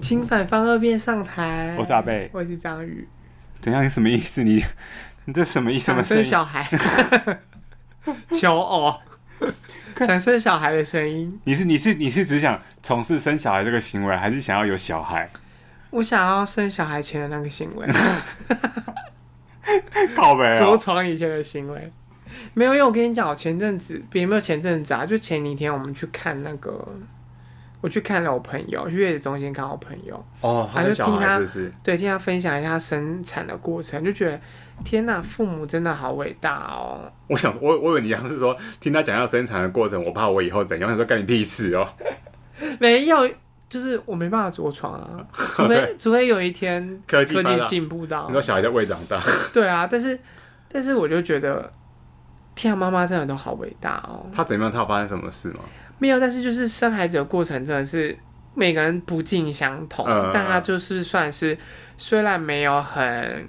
请反方二辩上台。我是阿贝我是章鱼，怎样？什么意思？你你这什么意思？什想么声生音？小孩， 求偶，看想生小孩的声音。你是你是你是只想从事生小孩这个行为，还是想要有 小孩？我想要生小孩前的那个行为，靠北着哦，床以前的行为。没有，因为我跟你讲，我前阵子也没有前阵子啊，就前几天我们去看那个，我去看了我朋友，去月子中心看我朋友，哦他是小孩是不是？对，听他分享一下他生产的过程，就觉得天呐，父母真的好伟大哦！我想，我我以为你要是说听他讲要生产的过程，我怕我以后怎样，我想说干你屁事哦。没有，就是我没办法着床 啊，除非除非有一天科技科发技达进步到你，说小孩在胃长大， 对啊，但是但是我就觉得，天啊，妈妈真的都好伟大哦！他怎么样？他有发生什么事吗？没有，但是就是生孩子的过程真的是每个人不尽相同，嗯但他就是算是虽然没有很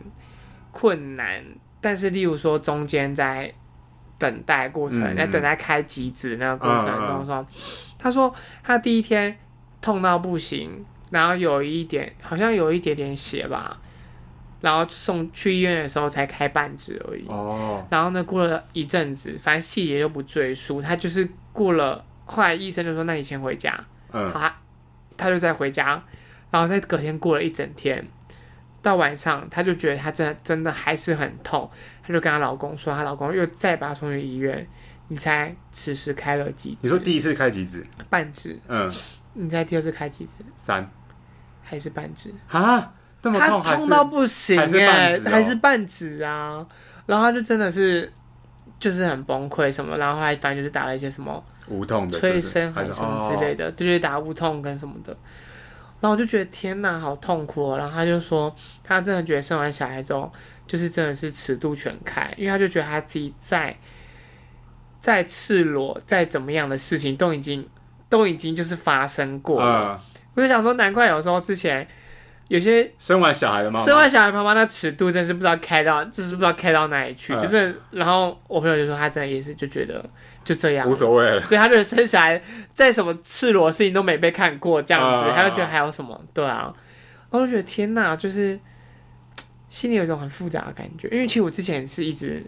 困难，但是例如说中间在等待过程，嗯在等待开机子那个过程嗯嗯中嗯说，他说他第一天痛到不行，然后有一点好像有一点点血吧，然后送去医院的时候才开半指而已。哦，然后呢，过了一阵子，反正细节就不赘述，他就是过了，后来医生就说：“那你先回家。嗯好，他他就再回家，然后在隔天过了一整天，到晚上他就觉得他真的真的还是很痛，他就跟她老公说，她老公又再把她送去医院。你猜此时开了几指？你说第一次开几指？半指？嗯，你猜第二次开几指？三还是半指？啊，这么他痛还是痛到不行还是半哎、指哦还是半指啊！然后他就真的是就是很崩溃什么，然后还反正就是打了一些什么无痛的是催不是生、还喊是哦声之类的。的，对对，打无痛跟什么的。然后我就觉得天哪，好痛苦哦！然后他就说，他真的觉得生完小孩之后，就是真的是尺度全开，因为他就觉得他自己在再赤裸、再怎么样的事情都已经都已经就是发生过了。嗯，我就想说，难怪有时候之前有些生完小孩的妈妈生完小孩妈妈那尺度真是不知道开到，就是不知道开到哪里去，嗯就是然后我朋友就说他真的也是就觉得就这样无，所谓了，所以他就是生小孩在什么赤裸事情都没被看过这样子，嗯他就觉得还有什么对啊，然后我就觉得天哪，就是嘖心里有一种很复杂的感觉，因为其实我之前是一直。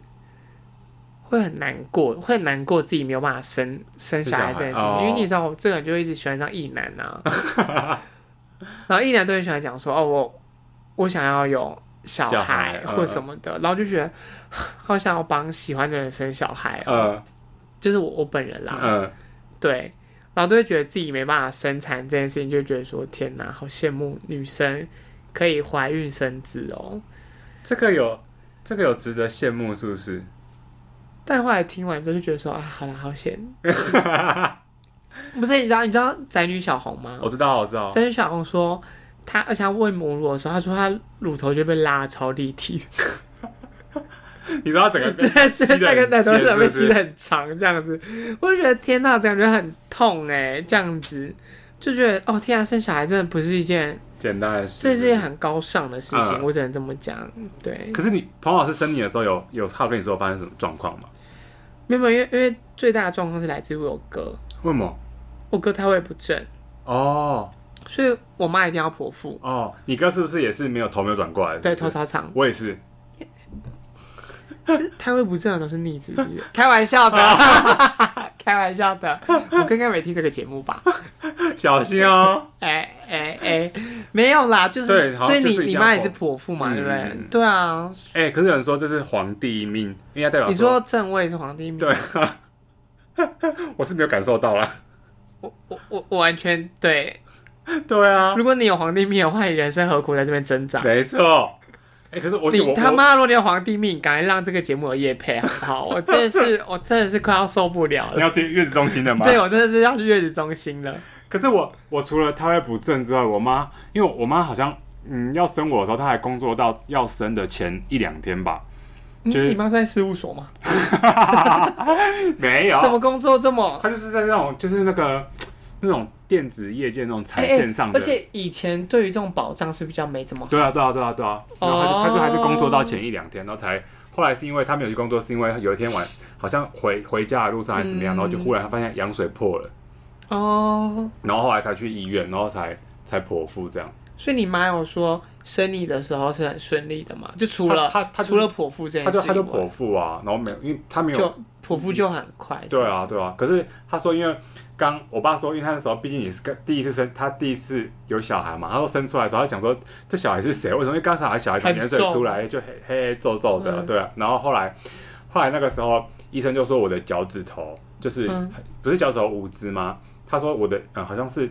会很难过，会很难过自己没有办法生生小孩这件事生小情，孩哦因为你知道我这个人就一直喜欢上异男啊， 然后一男都很喜欢讲说哦，我我想要有小小孩孩嗯或什么的，然后就觉得 好想要帮喜欢的人生小孩、哦，嗯就是我我本人啦，嗯，对，然后都会觉得自己没办法生产这件事情，就觉得说天哪，好羡慕女生可以怀孕生子哦。这个有这个有值得羡慕是不是？但后来听完之后就觉得说啊，好啦，好险。不是你知道你知道宅女小红吗？我知道我知道，宅女小红说她，而且她喂母乳的时候，她说她乳头就被拉得超立 体，你知道整个这这吸得这很个奶头尖怎么被是不吸是的很长这样子，我就觉得天呐，感觉很痛哎、这样子就觉得哦天啊，生小孩真的不是一件，简单的事，这是一件很高尚的事情，嗯我只能这么讲。对，可是你彭老师生你的时候有有他有跟你说发生什么状况吗？没有，没有因为因为最大的状况是来自于我哥，为什么？我哥胎位不正，哦所以我妈一定要剖腹，哦，你哥是不是也是没有头没有转过来？是不对，是头，超长，我也是。是胎位不正的都是逆子，是不是 开玩笑 的，开玩笑的，我哥应该没听这个节目吧？小 心哦！哎哎哎，没有啦，就是对好所以你、就是一定你要妈剖也是剖腹嘛，嗯对不对？嗯对啊，哎、可是有人说这是皇帝命，应该代表你说正位是皇帝命，对啊，我是没有感受到啦。我我我我完全对。对啊，如果你有皇帝命的话，你人生何苦在这边挣扎？没错。哎、可是我你我他我妈，如果你有皇帝命，赶快让这个节目有夜配好不好？我真的是，我真的是快要受不了了。你要去月子中心的吗？对，我真的是要去月子中心了。可是我我除了胎位不正之外，我妈因为我妈好像嗯要生我的时候，她还工作到要生的前一两天吧，你就嗯是你妈是在事务所吗？没有什么工作这么？他就是在那种就是那个那种电子业界那种产哎哎线上的，而且以前对于这种保障是比较没怎么好。对啊对啊对啊对啊，然后他就、哦他就还是工作到前一两天，然后才后来是因为他没有去工作，是因为有一天晚好像回回家的路上还是怎么嗯样，然后就忽然他发现羊水破了，哦，然后后来才去医院，然后才才剖腹这样。所以你妈有说生你的时候是很顺利的嘛？就除了她她她就是除了剖腹这件她事就情以她外，就剖腹啊，然后没有，因为她没有就剖腹就很快。是对吧，啊，对啊。可是他说，因为刚我爸说，因为他那时候毕竟也是个第一次生，他第一次有小孩嘛，他说生出来的时候，他讲说这小孩是谁？为什么？因为刚小孩小孩从很盐水皱出来就黑黑黑皱皱的，嗯对、啊。然后后来后来那个时候，医生就说我的脚趾头就是、嗯不是脚趾头五指吗？他说我的嗯好像是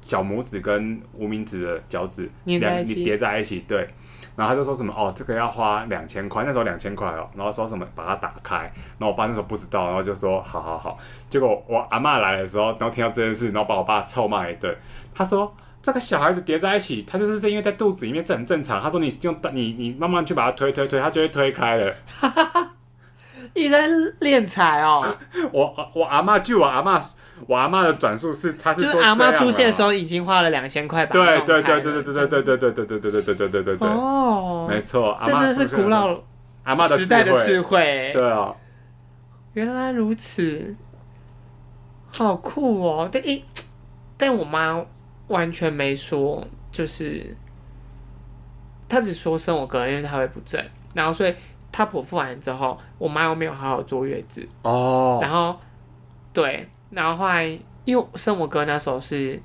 小拇指跟无名指的脚趾粘在一起叠在一起，对。然后他就说什么哦，这个要花两千块，那时候两千块哦，然后说什么把它打开，然后我爸那时候不知道，然后就说好好好，结果我阿嬷来的时候，然后听到这件事，然后把我爸臭骂一顿，他说。这个小孩子叠在一起，他就是因为在肚子里面，这很正常。他说你用你你慢慢去把它推推推，他就会推开了。你在练财哦，我我阿嬷据我阿嬷我阿嬷的转述是，她就是说阿妈妈出现的时候，候已经花了两千块吧？哦对对对对对对对对对对对对对对对对对对，哦，没错，阿这嬷真出是古现的时候老阿嬷的时代的智慧，慧。对啊，原来如此，好酷哦！但一，但我妈完全没说，就是她只说生我哥，因为她会不正，然后所以她剖腹完之后，我妈又没有好好坐月子，哦然后对，然后后来因为生我哥那时候是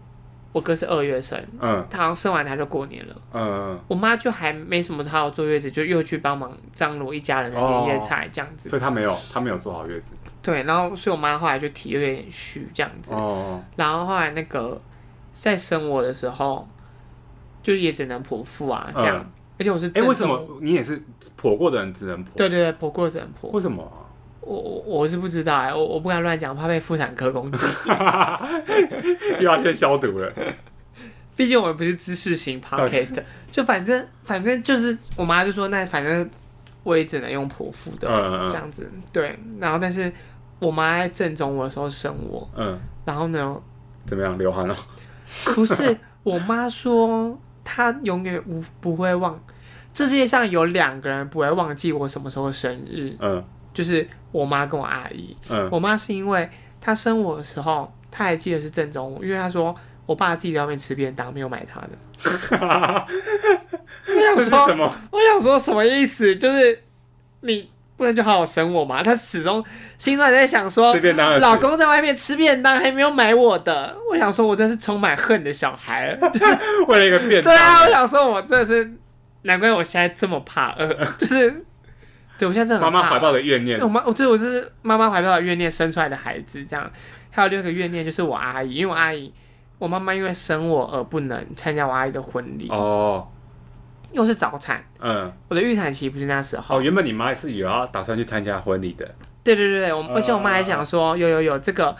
我哥是二月生，嗯他好像生完他就过年了。嗯，我妈就还没什么好好坐月子，就又去帮忙张罗一家人的年夜菜这样子。哦所以她没有她没有做好月子对，然后所以我妈后来就体力有点虚这样子，哦，然后后来那个在生我的时候，就也只能剖腹啊这样，嗯而且我是哎，正为什中？么你也是婆过的人只能婆？对对对，剖过只能剖，为什么啊？我我我是不知道哎、我我不敢乱讲，怕被妇产科攻击， 又要先消毒了。毕竟我们不是知识 型 podcast，就反正反正就是我妈就说那反正我也只能用剖腹的、嗯嗯这嗯样子，对，然后但是我妈在正中我的时候生我，嗯，然后呢 怎么样？哦流汗了？不是，我妈说她永远无不会忘，这世界上有两个人不会忘记我什么时候生日，嗯就是我妈跟我阿姨。嗯我妈是因为她生我的时候，她还记得是正中午，因为她说我爸自己在外面吃便当，没有买 她的。我这想是说什，么？我想说什么意思？就是你不能就好好生我嘛？她始终心中还在想说随。便拿的老公在外面吃便当，还没有买我的。我想说，我真是充满恨的小孩。 为了一个便当。对啊，我想说，我真的是，难怪我现在这么怕饿， 就是，对我现在真的妈很妈怕怀抱的怨念对，我妈，我对我就是妈妈怀抱的怨念生出来的孩子这样。还有另一个怨念就是我阿姨，因为我阿姨，我妈妈因为生我而不能参加我阿姨的婚礼，哦，又是早产，嗯，我的预产期不是那时候。哦，原本你妈是有要打算去参加婚礼的，对对对对，我们而且我妈还嗯想说，有有有这个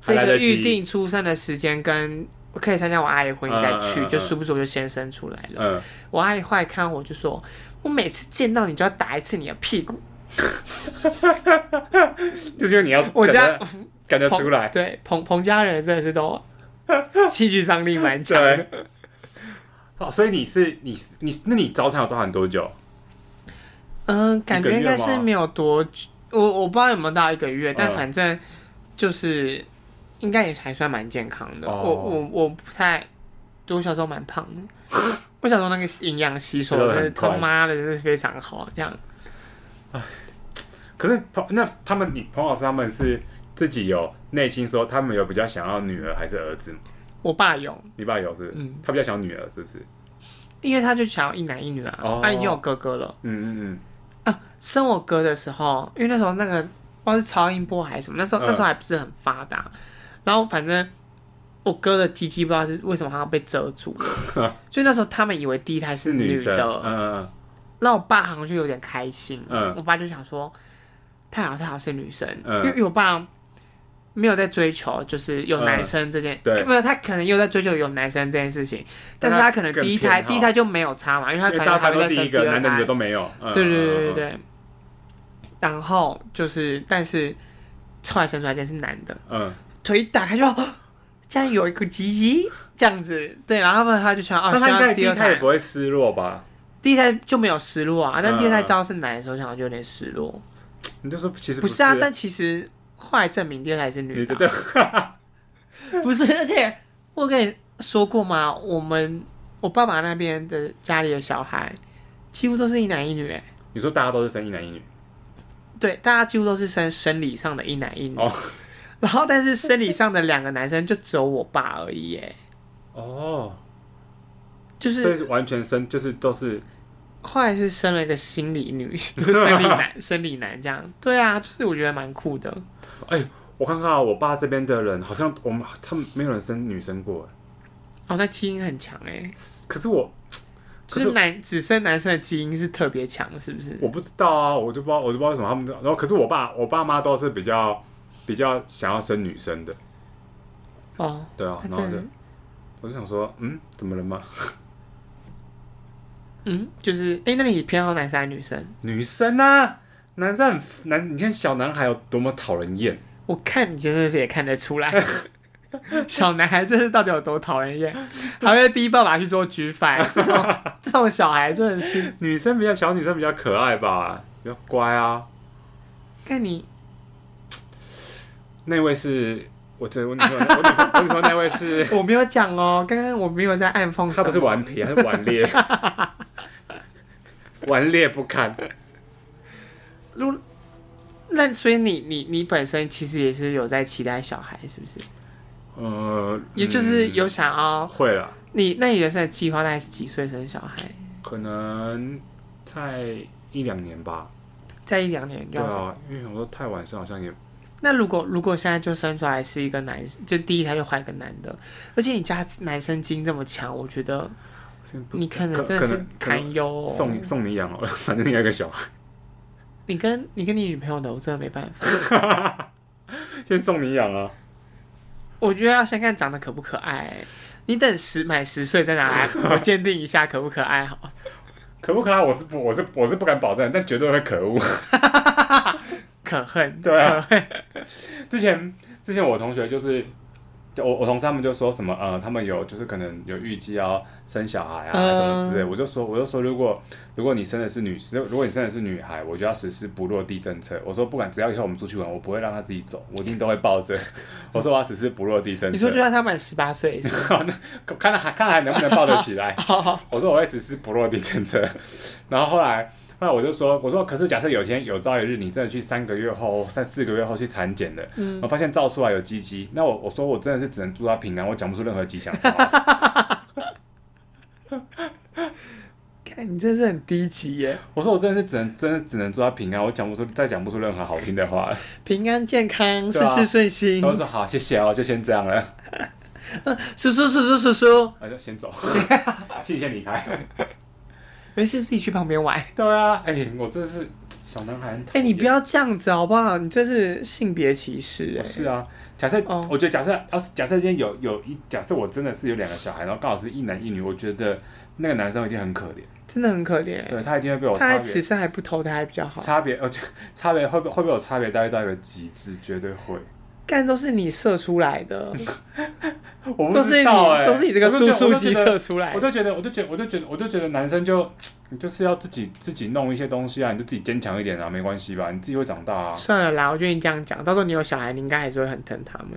这还来个得及预定出生的时间跟。我可以参加我阿姨婚礼再去，嗯嗯嗯嗯就殊不知我就先生出来了。嗯，我阿姨后来看我就说：“我每次见到你就要打一次你的屁股。就是因为你要”我家感觉感觉出 来，对彭彭家人真的是都戏剧张力蛮强的。对。哦，所以你是你你那你早产有早产多久？嗯、感觉应该一个月是吗没有多久，我我不知道有没有到一个月，但嗯反正就是应该也还算蛮健康的。哦我我我不太，我小时候蛮胖的， 我小时候那个营养吸收真的真是很快他妈的真是非常好，这样。可是彭那他们你彭老师他们是自己有内心说他们有比较想要女儿还是儿子吗？我爸有，你爸有是，嗯他比较想要女儿是不是？因为他就想要一男一女啊，哦他已经有哥哥了。嗯嗯生我哥的时候，因为那时候那个不知道是超音波还是什么，那时候、嗯那时候还不是很发达，然后反正我哥的鸡鸡不知道是为什么好像被遮住了， 所以那时候他们以为第一胎嗯，是女女生，的，嗯那、我爸好像就有点开心，嗯我爸就想说太好太好是女生，嗯因为因为我爸没有在追求就是有男生这件，嗯对没有他可能又在追求有男生这件事情，但但是他他可能更第一胎偏好第一胎就没有差嘛，因为他嗯，因为反大正他家们都在第生一个，二男的女胎的都没有，嗯对对对对对嗯嗯嗯对。然后就是，但是后来生出来竟是男的，嗯，腿一打开就， 啊竟然有一个鸡鸡这样子，对，然后他们他就想，哦，那他希应该望第第一二胎也胎不，会失落吧？第一胎就没有失落啊，但嗯第二胎知道是男的时候，想要就有点失落，你就说其实不是是啊，但其实后来证明第二胎是女你的的啊，对，不是，而且我跟你，说过吗？我们我爸爸那边的家里的小孩几乎都是一男一女、欸，你说大家都是生一男一女，对，大家几乎都是生生理上的一男一女，哦 然后但是生理上的两个男生就只有我爸而已、欸，哦，就所以是是完全生就是都是后来是生了一个心理 女，就是生理男，生理男这样，对啊，就是我觉得蛮酷的，我看看啊，我爸这边的人好像我们他们没有人生女生过，哦，那基因很强哎、欸可是我就可是是男只生男生的基因是特别强，是不是？我不知道啊，我就不知道我就不知道为什么他们，然后可是我爸我爸妈都是比较比较想要生女生的，哦，对啊，他然后真就的，我就想说，嗯，怎么了嘛？嗯，就是哎、那你偏好男生还是女生？女生啊，男生很男，你看小男孩有多么讨人厌，我看你真的是也看得出来， 小男孩真是到底有多讨人厌，还会逼爸爸去做举反，这 种这种小孩真的是。女生比较小，女生比较可爱吧，比较乖啊。看你那位是我这我女朋友，我女朋友我女朋友那位是，我没有讲哦，刚刚我没有在暗讽什么，他不是顽皮，啊 他是顽劣，顽劣不堪。如那所以你你你本身其实也是有在期待小孩，是不是？呃，也就是嗯有想要会了，你那你人生的计划大概是几岁生小孩？可能在一两年吧。在一两年就对要生。啊，因为想说太晚生好像也那如果如果现在就生出来是一个男生，就第一胎就怀一个男的，而且你家男生基因这么强，我觉得现在不你可能真的可是能可能堪忧、哦。送你送你养好了， 反正你有一个小孩，你跟你跟你女朋友的，我真的没办法。先送你养啊。我觉得要先看长得可不可爱、 你等十满十岁再拿来，我鉴定一下可不可爱好了。可不可啊爱？我是不，我是我是不敢保证，但绝对会可恶。可恨，对啊，之前之前我同学就是，就我我同事他们就说什么呃，他们有就是可能有预计要生小孩啊、嗯什么之类，我就说我就说如果如果你生的是女，如果你生的是女孩，我就要实施不落地政策。我说不管，只要以后我们出去玩，我不会让她自己走，我一定都会抱着。我说我要实施不落地政策。你说就算他满十八岁也 是， 看他还看他还能不能抱得起来。哦我说我会实施不落地政策，然后后来后来我就说，我说可是假设有一天有朝一日你真的去三个月后、三四个月后去产检了，嗯我发现照出来有鸡鸡，那我我说我真的是只能祝他平安，我讲不出任何吉祥话。 看你真是很低级耶！我说我真的是只能真的只能祝他平安，我讲不出再讲不出任何好听的话了。平安健康，对事啊事顺心然，后我说好，谢谢哦，就先这样了， 叔叔叔叔叔叔，我就先走， 请你先离开。没事自己去旁边玩。 对啊，哎、我真的是小男孩很讨哎、厌。你不要这样子哦好不好？你这是性别歧视哎、是啊，假设、哦我觉得假设要是假设今天有有一假设我真的是有两个小孩，然后刚好是一男一女，我觉得那个男生一定很可怜，真的很可怜、对他一定会被我他差还别此生还不投胎还比较好， 差别，而且差别会被会被我差别待遇到一个极致，绝对会。 干都是你射出来的，我不都是知你道哎、都是你这个我就注觉得塑机。射我出来的。就觉得，我就觉得，我就觉得，我就觉得，我就觉得男生就你就是要自己自己弄一些东西啊，你就自己坚强一点啊，没关系吧，你自己会长大啊。算了啦，我觉得你这样讲，到时候你有小孩，你应该还是会很疼他们。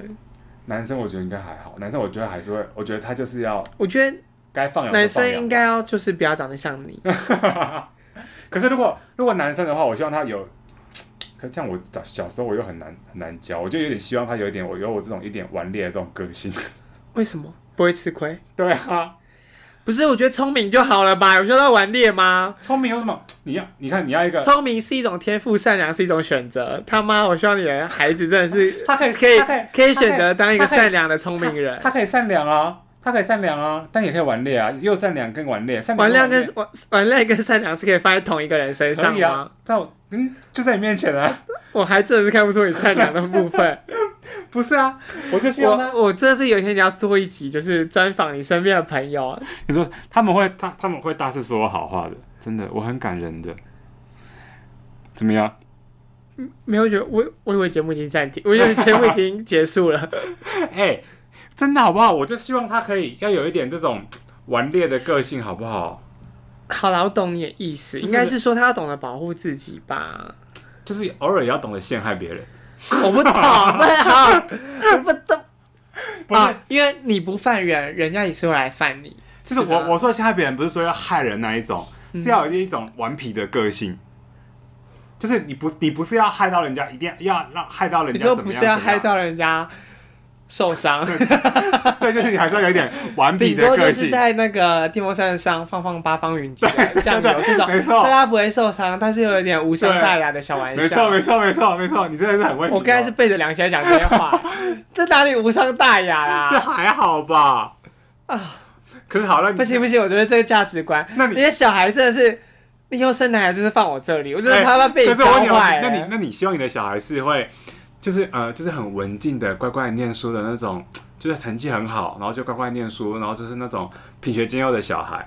男生我觉得应该还好，男生我觉得还是会，我觉得他就是要我觉得该放养就男放生养应该要就是不要长得像 你，可是如果如果男生的话，我希望他有，可是像我小小时候我又很难很难教，我就有点希望他有一点我有我这种一点顽劣的这种个性。 为什么不会吃亏？对啊，不是，我觉得聪明就好了吧？有需要到顽劣吗？聪明有什么？你要你看你要一个，聪明是一种天赋，善良是一种选择。他妈，我希望你的孩子真的是他可以可以他可以可以选择当一个他可以善良的聪明人。他可以善良啊，他可以善良啊，但也可以顽劣啊，又善良跟顽劣，善良玩量顽跟劣啊玩玩量跟善良是可以放在同一个人身上可以吗啊？，在我嗯就在你面前啊， 我还真的是看不出你善良的部分。不是啊，我就希望他，我我真的是有一天你要做一集，就是专访你身边的朋友。你说他们会他他们会大肆说我好话的，真的我很感人的，怎么样？没有觉得我我以为节目已经暂停，我以为节目已经结束了。哎、真的好不好？我就希望他可以要有一点这种顽劣的个性，好不好？ 好啦，我懂你的意思，就是应该是说他要懂得保护自己 吧。就是偶尔也要懂得陷害别人。我不懂，不好，我不懂。 不是，啊，因为你不犯人，人家也是会来犯你。就是是吧我我说的害别人，不是说要害人那一种，是要有一种顽皮的个性。就是你不你不是要害到人家，一定要让害到人你家说怎么不样？是要怎么样害到人家受伤， 对，就是你还是要有一点顽皮顶的多个就是性。在那个电风扇上放放八方云集啊 酱油这种，没 错大家不会受伤，但是又有点无伤大雅的小玩没错，笑。没错，没错，没错，你真的是 很会。我刚才是背着良心在讲这些话， 这哪里无伤大雅这 啦？还好吧？啊，可是好了，不行不行，我觉得这个价值 观，那你那些小孩真的是，那些生男孩就是放我这里，我真的哎怕他被可你是教我问你哦坏。那你那你希望你的小孩是会，就是呃，就是很文静的，乖乖地念书的那种，就是成绩很好，然后就乖乖地念书，然后就是那种品学兼优的小孩。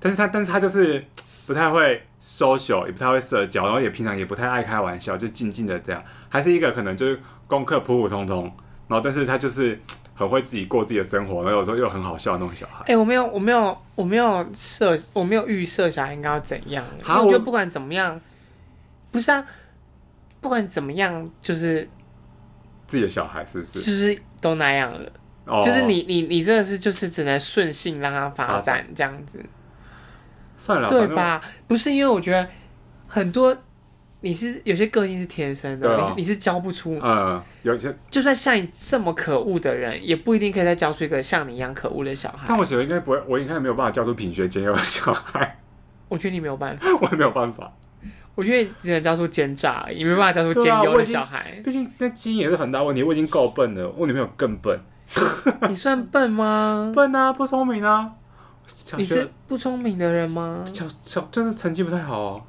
但是他，但是他就是不太会 social，也不太会社交，然后也平常也不太爱开玩笑，就静静的这样。还是一个可能就是功课普普通通，然后但是他就是很会自己过自己的生活，然后有时候又很好笑的那种小孩。哎、我没有，我没有，我没有设，我没有预设小孩应该要怎样。因哈为我觉得我不管怎么样，不是啊，不管怎么样，就是自己的小孩是不？就是是都那样了。哦就是你你你真的是就是只能顺性让它发发展展这样子，算了，对啊反正吧？不是因为我觉得很多你是有些个性是天生的，对啊你是你是教不出，嗯，有些，就算像你这么可恶的人，也不一定可以再教出一个像你一样可恶的小孩。但我觉得应该不会，我应该没有办法教出品学兼优的小孩，我觉得你没有办法。 我也没有办法。我觉得你只能教出奸诈而已，也没办法教出对奸啊优我的已经小孩。毕竟那基因也是很大问题，我已经够笨了，我女朋友更笨，你算笨吗？笨啊，不聪明啊。小你学是不聪明的人吗？小小就是成绩不太好哦、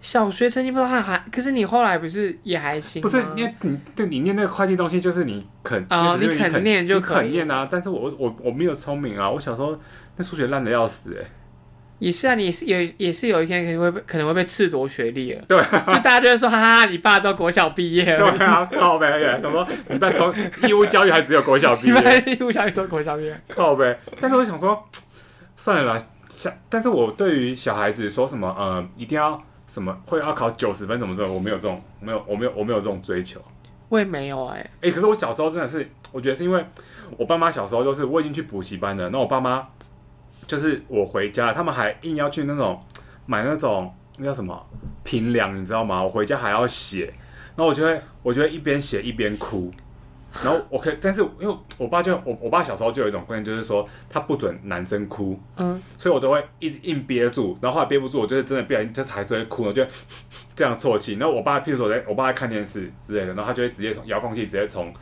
小学成绩不太好，可是你后来不是也还行不是吗你你对你念那个会计东西，就是你肯哦就是你你肯念就你可以肯念啊。但是我我我没有聪明啊，我小时候那数学烂的要死、欸，也是啊，你也是有也是有一天可能会被可能会被褫夺学历了。对、就大家就会说，哈哈，你爸知道国小毕业了，对啊， 靠背耶，什么你爸从义务教育还只有国小毕你业爸， 不小心说国小毕业，靠呗。但是我想说，算了啦，小，但是我对于小孩子说什么，呃，一定要什么会要考九十分，怎么怎么，我没有这种，没有，我没有，我没有这种追求。我也没有哎、哎、可是我小时候真的是，我觉得是因为我爸妈小时候就是我已经去补习班了，那我爸妈就是我回家，他们还硬要去那种买那种那叫什么平凉，你知道吗？我回家还要写，然后我就会我就会一边写一边哭，然后我可以，但是因为我爸就我我爸小时候就有一种观念，就是说他不准男生哭，嗯，所以我都会一直硬憋住，然后后来憋不住，我就是真的不小心就是还是会哭，我就 这样啜泣。然后我爸，譬如说我在我爸在看电视之类的，然后他就会直接从遥控器直接从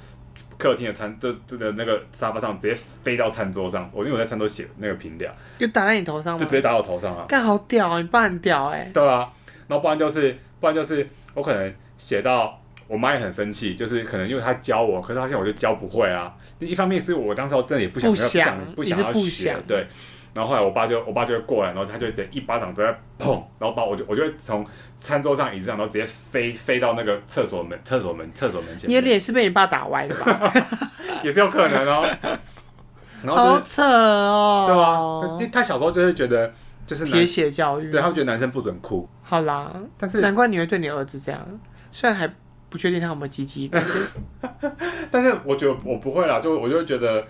客厅的餐就就的那个沙发上直接飞到餐桌上，我因为我在餐桌写那个评量，就打在你头上就吗直？接打我头上啊，干好屌、啊，你爸很屌哎、对啊，然后不然就是不然就是我可能写到。我妈也很生气，就是可能因为她教我，可是她现在我就教不会啊。一方面是我当时我真的也不想不不想想不你是想要不学想对。然后后来我爸就我爸就会过来，然后他就直接一巴掌直接砰，然后把我就我就会从餐桌上椅子上，然后直接飞飞到那个厕所门厕所门厕所门前你的面，脸是被你爸打歪的吧？也是有可能 哦。然后好就是扯哦。对啊，他他小时候就是觉得就是男铁血教育。对他们觉得男生不准哭，好啦，但是难怪你会对你儿子这样，虽然还不确定他有没有鸡鸡，但是但是我觉得我不会啦，就我就会觉得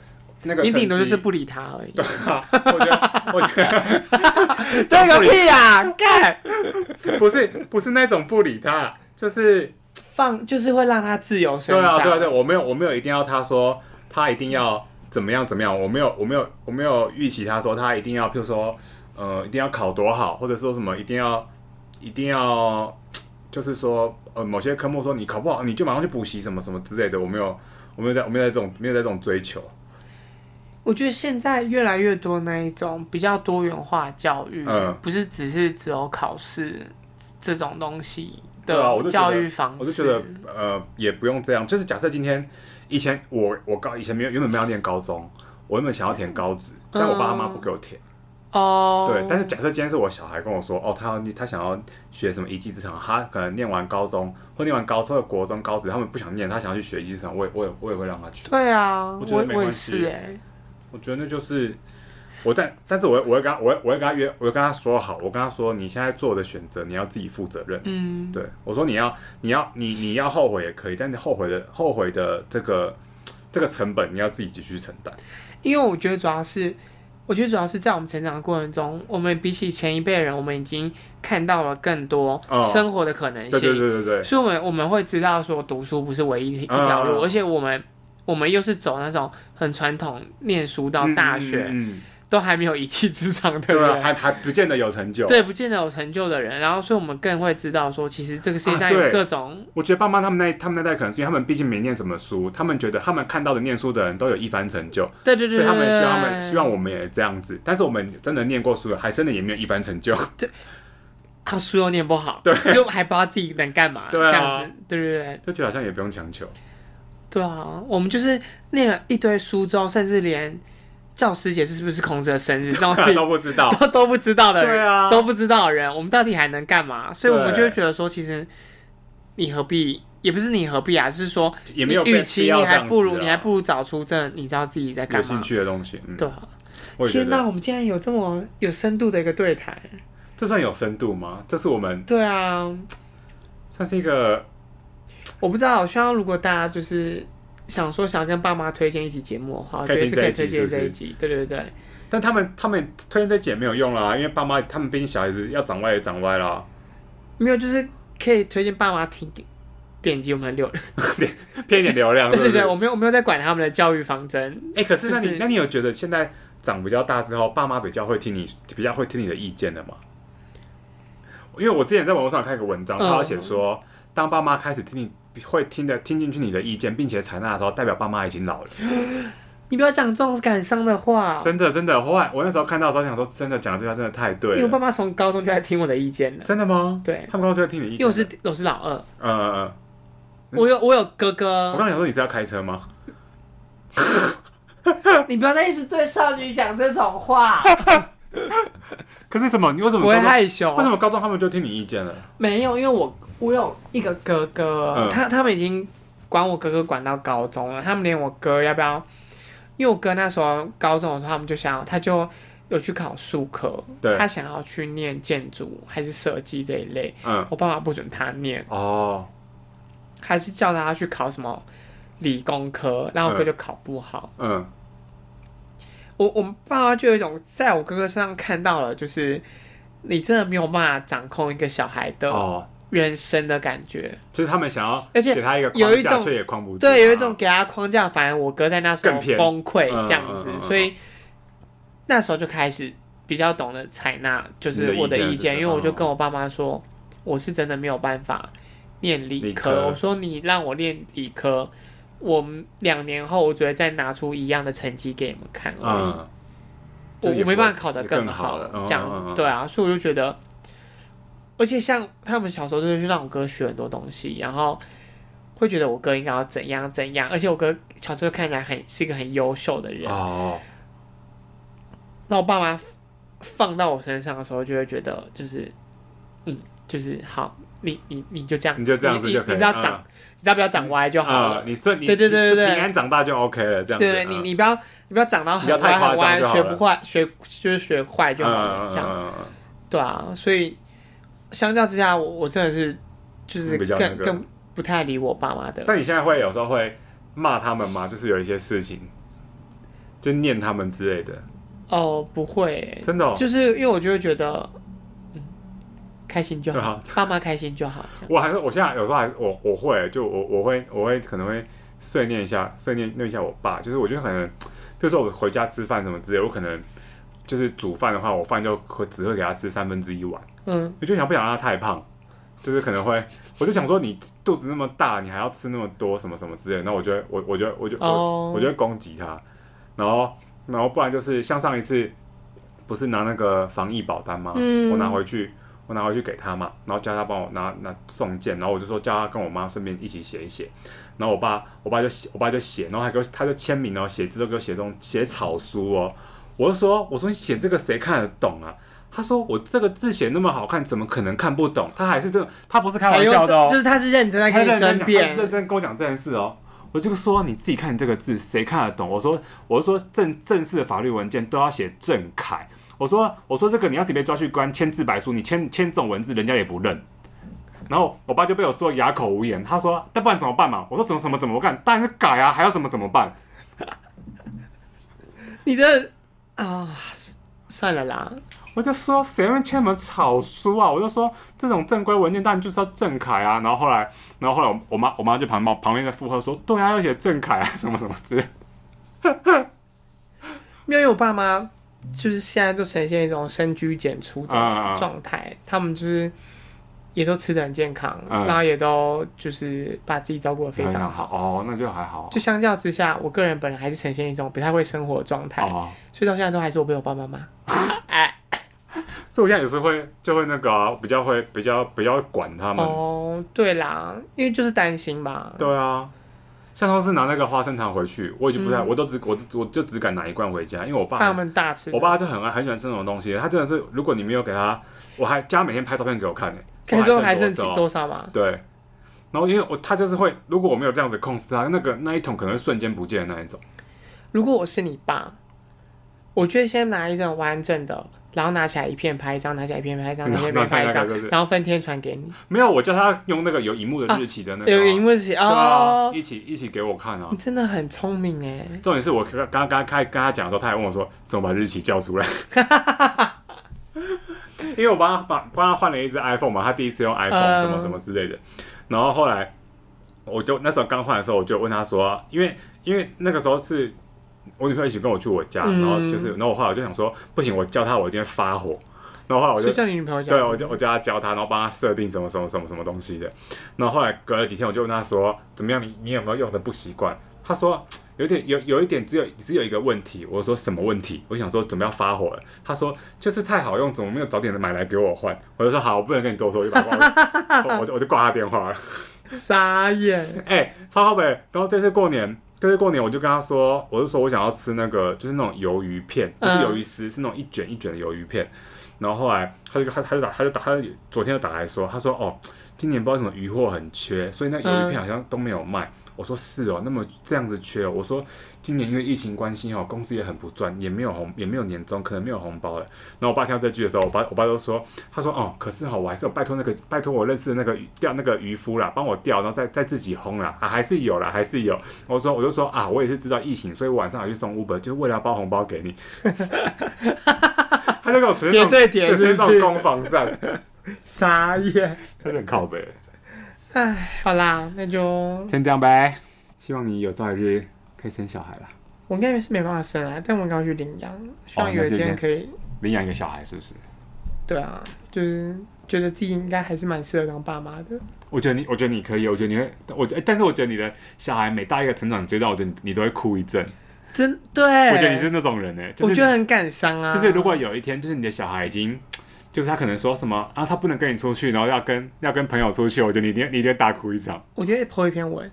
那个你顶多就成绩是不理他而已。我觉得，我觉对个屁呀、干得 不是不是那种不理他，就是放就是会让他自由生对长。啊对啊对啊，我没有我没有一定要他说他一定要怎么样怎么样，我没有我没有我没有预期他说他一定要，譬如说呃一定要考多好，或者说什么一定要一定要，就是说呃某些科目说你考不好你就马上去补习什么什么之类的，我没有我没有在我没有在这种没有在这种追求，我觉得现在越来越多那一种比较多元化教育，嗯不是只是只有考试这种东西对啊我的就觉教得育方式。我就觉得呃也不用这样，就是假设今天以前我我高以前没有原本没有念高中，我原本想要填高职，但我爸妈不给我填。嗯哦，对，但是假设今天是我小孩跟我说，哦，他要他想要学什么一技之长，他可能念完高中或念完高中的国中、高职，他们不想念，他想要去学一技之长，我也我也我也会让他去。对啊，我我觉得没我也关系是哎、我觉得那就是我但但是我会我会跟他我会我会跟他约，我会跟他说好，我跟他说你现在做的选择你要自己负责任。嗯，对，我说你要，你要，你你要后悔也可以，但是后悔的后悔的这个这个成本你要自己继续承担。因为我觉得主要是，我觉得主要是在我们成长的过程中，我们比起前一辈人，我们已经看到了更多哦生活的可能性。对对对对对，所以我们我们会知道说读书不是唯一一嗯条路，嗯嗯而且我们我们又是走那种很传统，念书到大学、嗯嗯嗯嗯都还没有一技之长的对啊，人。还还不见得有成就。对，不见得有成就的人，然后所以我们更会知道说，其实这个世界啊上有对各种，我觉得爸妈他们那他们那代可能是因为他们毕竟没念什么书，他们觉得他们看到的念书的人都有一番成就，对对对所对，以他们希望他对们希望我们也这样子。但是我们真的念过书，还真的也没有一番成就。 他书又念不好，对，就还不知道自己能干嘛，对啊这样子，对对对，就觉得好像也不用强求。对啊，我们就是念了一堆书之后，甚至连教师节是不是孔子的生 日这种事情 都不知道。都都不知道的人，对啊都不知道的人，我们到底还能干嘛？所以我们对就会觉得说，其实你何必，也不是你何必啊，就是说也没有你被与其必要你这还样不子如啊你还不如找出真的你知道自己在有干兴嘛。趣的东西。嗯，对啊，我也觉天哪，得我们竟然有这么有深度的一个对谈。这算有深度吗？这是我们对啊，算是一个我不知道，我希望如果大家就是想说想要跟爸妈推荐一集节目的话，我觉得可以是听可以这推一集荐是不这是一集。对对对，但他们他们推荐这集也没有用啦，因为爸妈他们毕竟小孩子要长歪也长歪啦，没有就是可以推荐爸妈听点击我们的流量。骗一点流量对是 不对是？对，我没有我没有在管他们的教育方针。哎、可是那你、就是那你有觉得现在长比较大之后，爸妈比较会听你比较会听你的意见了吗？因为我之前在网络上有看一个文章，嗯他有写说，当爸妈开始听你会听的听进去你的意见，并且采纳的时候，代表爸妈已经老了。哦你不要讲这种感伤的话。真的真的，后来我那时候看到的时候想说，真的讲的这句话真的太因对为我了。爸妈从高中就在听我的意见了，真的吗？对他们刚刚就在听你意见。因为我是我是老二，嗯嗯嗯，我有我有哥我哥刚，想说你是要开车吗？你不要再一直对少女讲这种话，可是什么？你为什么 我会高中？害羞啊为。什么高中他们就听你意见了？没有，因为我我有一个哥哥，嗯他他们已经管我哥哥管到高中了，他们连我哥要不要，因为我哥那时候高中的时候，他们就想要他就有去考数科，对他想要去念建筑还是设计这一类，嗯，我爸妈不准他念，哦，还是叫他去考什么理工科，然后我哥嗯就考不好。嗯，我我爸妈就有一种在我哥哥身上看到了，就是你真的没有办法掌控一个小孩的哦，人生的感觉。就是他们想要，而且给他一个有框一架，种却也框不住。对，有一种，给他框架，反而我哥在那时候更偏崩溃嗯这样子，嗯嗯嗯所以那时候就开始比较懂得采纳，就是我的你的意意见见，是什么嗯因为我就跟我爸妈说，我是真的没有办法念理理科，科我说你让我念理科，我们两年后我只会再拿出一样的成绩给你们看而已。嗯，我就也我不没办法考得更好好了嗯这样子嗯嗯，嗯对啊，所以我就觉得，而且像他们小时候就会去让我哥学很多东西，然后会觉得我哥应该要怎样怎样，而且我哥小时候看起来很是一个很优秀的人，哦，那我爸妈放到我身上的时候，就会觉得就是，嗯，就是好，你你你就这样，你就这样子你就可以，嗯你只要长，你只要不要长歪就好啊，了嗯，你顺，你对对对你对对平安长大就 OK 了，这样子。对你嗯你不要你不要长到很不要太歪很夸张歪，就好学了不坏学就是学坏就好了，这样。嗯嗯嗯嗯对啊，所以相较之下，我我真的是就是比更、较那个更不太理我爸妈的。但你现在会有时候会骂他们吗？就是有一些事情，就念他们之类的，哦，不会欸、真的、哦。就是因为我就会觉得，嗯，开心就对好啊，爸妈开心就好，这样。我还是我现在有时候还是我我会就我我会我会可能会碎念一下碎念念一下我爸，就是我觉得可能，比如说我回家吃饭什么之类，我可能就是煮饭的话，我饭就会只会给他吃三分之一碗，嗯，我就想不想让他太胖，就是可能会，我就想说你肚子那么大，你还要吃那么多什么什么之类的，那我就会我我就我就我哦我就会攻击他，然后然后不然就是像上一次不是拿那个防疫保单吗？嗯我拿回去。我拿回去给他嘛，然后叫他帮我拿拿送件，然后我就说叫他跟我妈顺便一起写一写，然后我爸我爸就写我爸就写，然后还给我他就签名哦，写字都给我写中写草书哦，我就说我说你写这个谁看得懂啊？他说我这个字写那么好看，怎么可能看不懂？他还是这种，他不是开玩笑还的有哦就，是他是认真在他跟认你真争讲，他辩，认真跟我讲这件事哦。我就说你自己看你这个字，谁看得懂？我说我是说正正式的法律文件都要写正楷。我说我说这个你要是被抓去关签字白书，你签签这种文字，人家也不认。然后我爸就被我说得哑口无言，他说：“那不然怎么办嘛？”我说：“怎么什么怎么办？当然是改啊，还要什么怎么办你的啊，算了啦，？”我就说：“谁会签什么草书啊？”我就说：“这种正规文件当然就是要郑凯啊。”然后后来，然后后来我我妈我妈就旁旁旁边在附和说：“对啊，要写郑凯啊，什么什么之类的。因为我爸妈就是现在就呈现一种深居简出的嗯嗯嗯状态，他们就是也都吃的很健康，嗯然后也都就是把自己照顾的非常好。哦，那就还好就相较之下，我个人本来还是呈现一种不太会生活的状态，哦。所以到现在都还是我被我爸妈骂。哎，所以我现在有时候会就会那个啊、比较会比较比较管 他们。哦，对啦，因为就是担心吧。对啊，像上次拿那个花生糖回去，我已经不太，嗯我都只我我就只敢拿一罐回家，因为我怕他爸。们大吃，啊我爸就很爱很喜欢吃那种东西，他真的是，如果你没有给他，我还家每天拍照片给我看呢、可以说说还剩多几少多少嘛？对，然后因为我他就是会，如果我没有这样子控制他，那个那一桶可能会瞬间不见的那一种。如果我是你爸，我就会先拿一张完整的，然后拿起来一片拍一张，拿起来一片拍一张，拿起来一片拍一嗯然后再拿一个就是张，然后分天传给你。没有，我叫他用那个有荧幕的日期的那个啊、有荧幕是对啊，哦，一起一起给我看啊你。真的很聪明哎。重点是我刚刚刚开跟他讲的时候，他还问我说怎么把日期叫出来， 因为我帮他帮帮他换了一只 iPhone 嘛，他第一次用 iPhone 嗯什么什么之类的，然后后来我就那时候刚换的时候，我就问他说，因为因为那个时候是我女朋友一起跟我去我家，嗯然后就是然后我后来我就想说不行，我叫他我一定会发火，然后后来我所就以叫你女朋友讲，对，我就我叫他教他，然后帮他设定什么什么什么什么东西的。然后后来隔了几天，我就问他说：“怎么样？你你有没有用的不习惯？”他说：“有点有有一点只有只有一个问题。”我说：“什么问题？”我想说准备要发火了。他说：“就是太好用，怎么没有早点买来给我换？”我就说：“好，我不能跟你多说，我就把挂我我 就我就挂他电话了。傻眼。哎、超好北。然后这次过年。这次过年我就跟他说，我就说我想要吃那个，就是那种鱿鱼片，不是嗯鱿鱼丝，是那种一卷一卷的鱿鱼片。然后后来他就他他就打他就打他就昨天就打来说，他说哦，今年不知道为什么鱼货很缺，所以那鱿鱼片好像都没有卖。我说是哦，那么这样子缺、哦，我说今年因为疫情关系哦，公司也很不赚，也没有红也没有年终，可能没有红包了。然后我爸听到这句的时候，我爸我爸都说，他说哦，可是哈、哦，我还是有拜托那个拜托我认识的那个渔钓那个渔夫啦，帮我钓，然后再再自己烘啦，啊还是有啦，还是有。我说我就说啊，我也是知道疫情，所以我晚上还去送 Uber，就是为了要包红包给你。 他就给我持续叠对叠就是是那不种是？攻防战，傻眼。真的很靠北。唉，好啦，那就先这样呗，希望你有朝一日可以生小孩啦，我应该是没办法生啦，但我刚刚去领养，希哦望有一天可以。领养一个小孩是不是？对啊，就是觉得自己应该还是蛮适合当爸妈的。我觉得你，我觉得你可以，我觉得你会，我觉得，但是我觉得你的小孩每到一个成长阶段，我觉得你你都会哭一阵。真对，我觉得你是那种人呢、就是我觉得很感伤啊。就是如果有一天，就是你的小孩已经，就是他可能说什么啊，他不能跟你出去，然后要跟要跟朋友出去，我觉得你一定你一定大哭一场。我今天剖一篇文，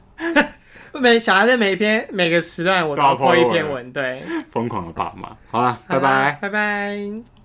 每小孩的每一篇每个时段我都都要 po 剖一文篇文，对，疯狂的爸妈。好啦，好啦拜拜拜。拜。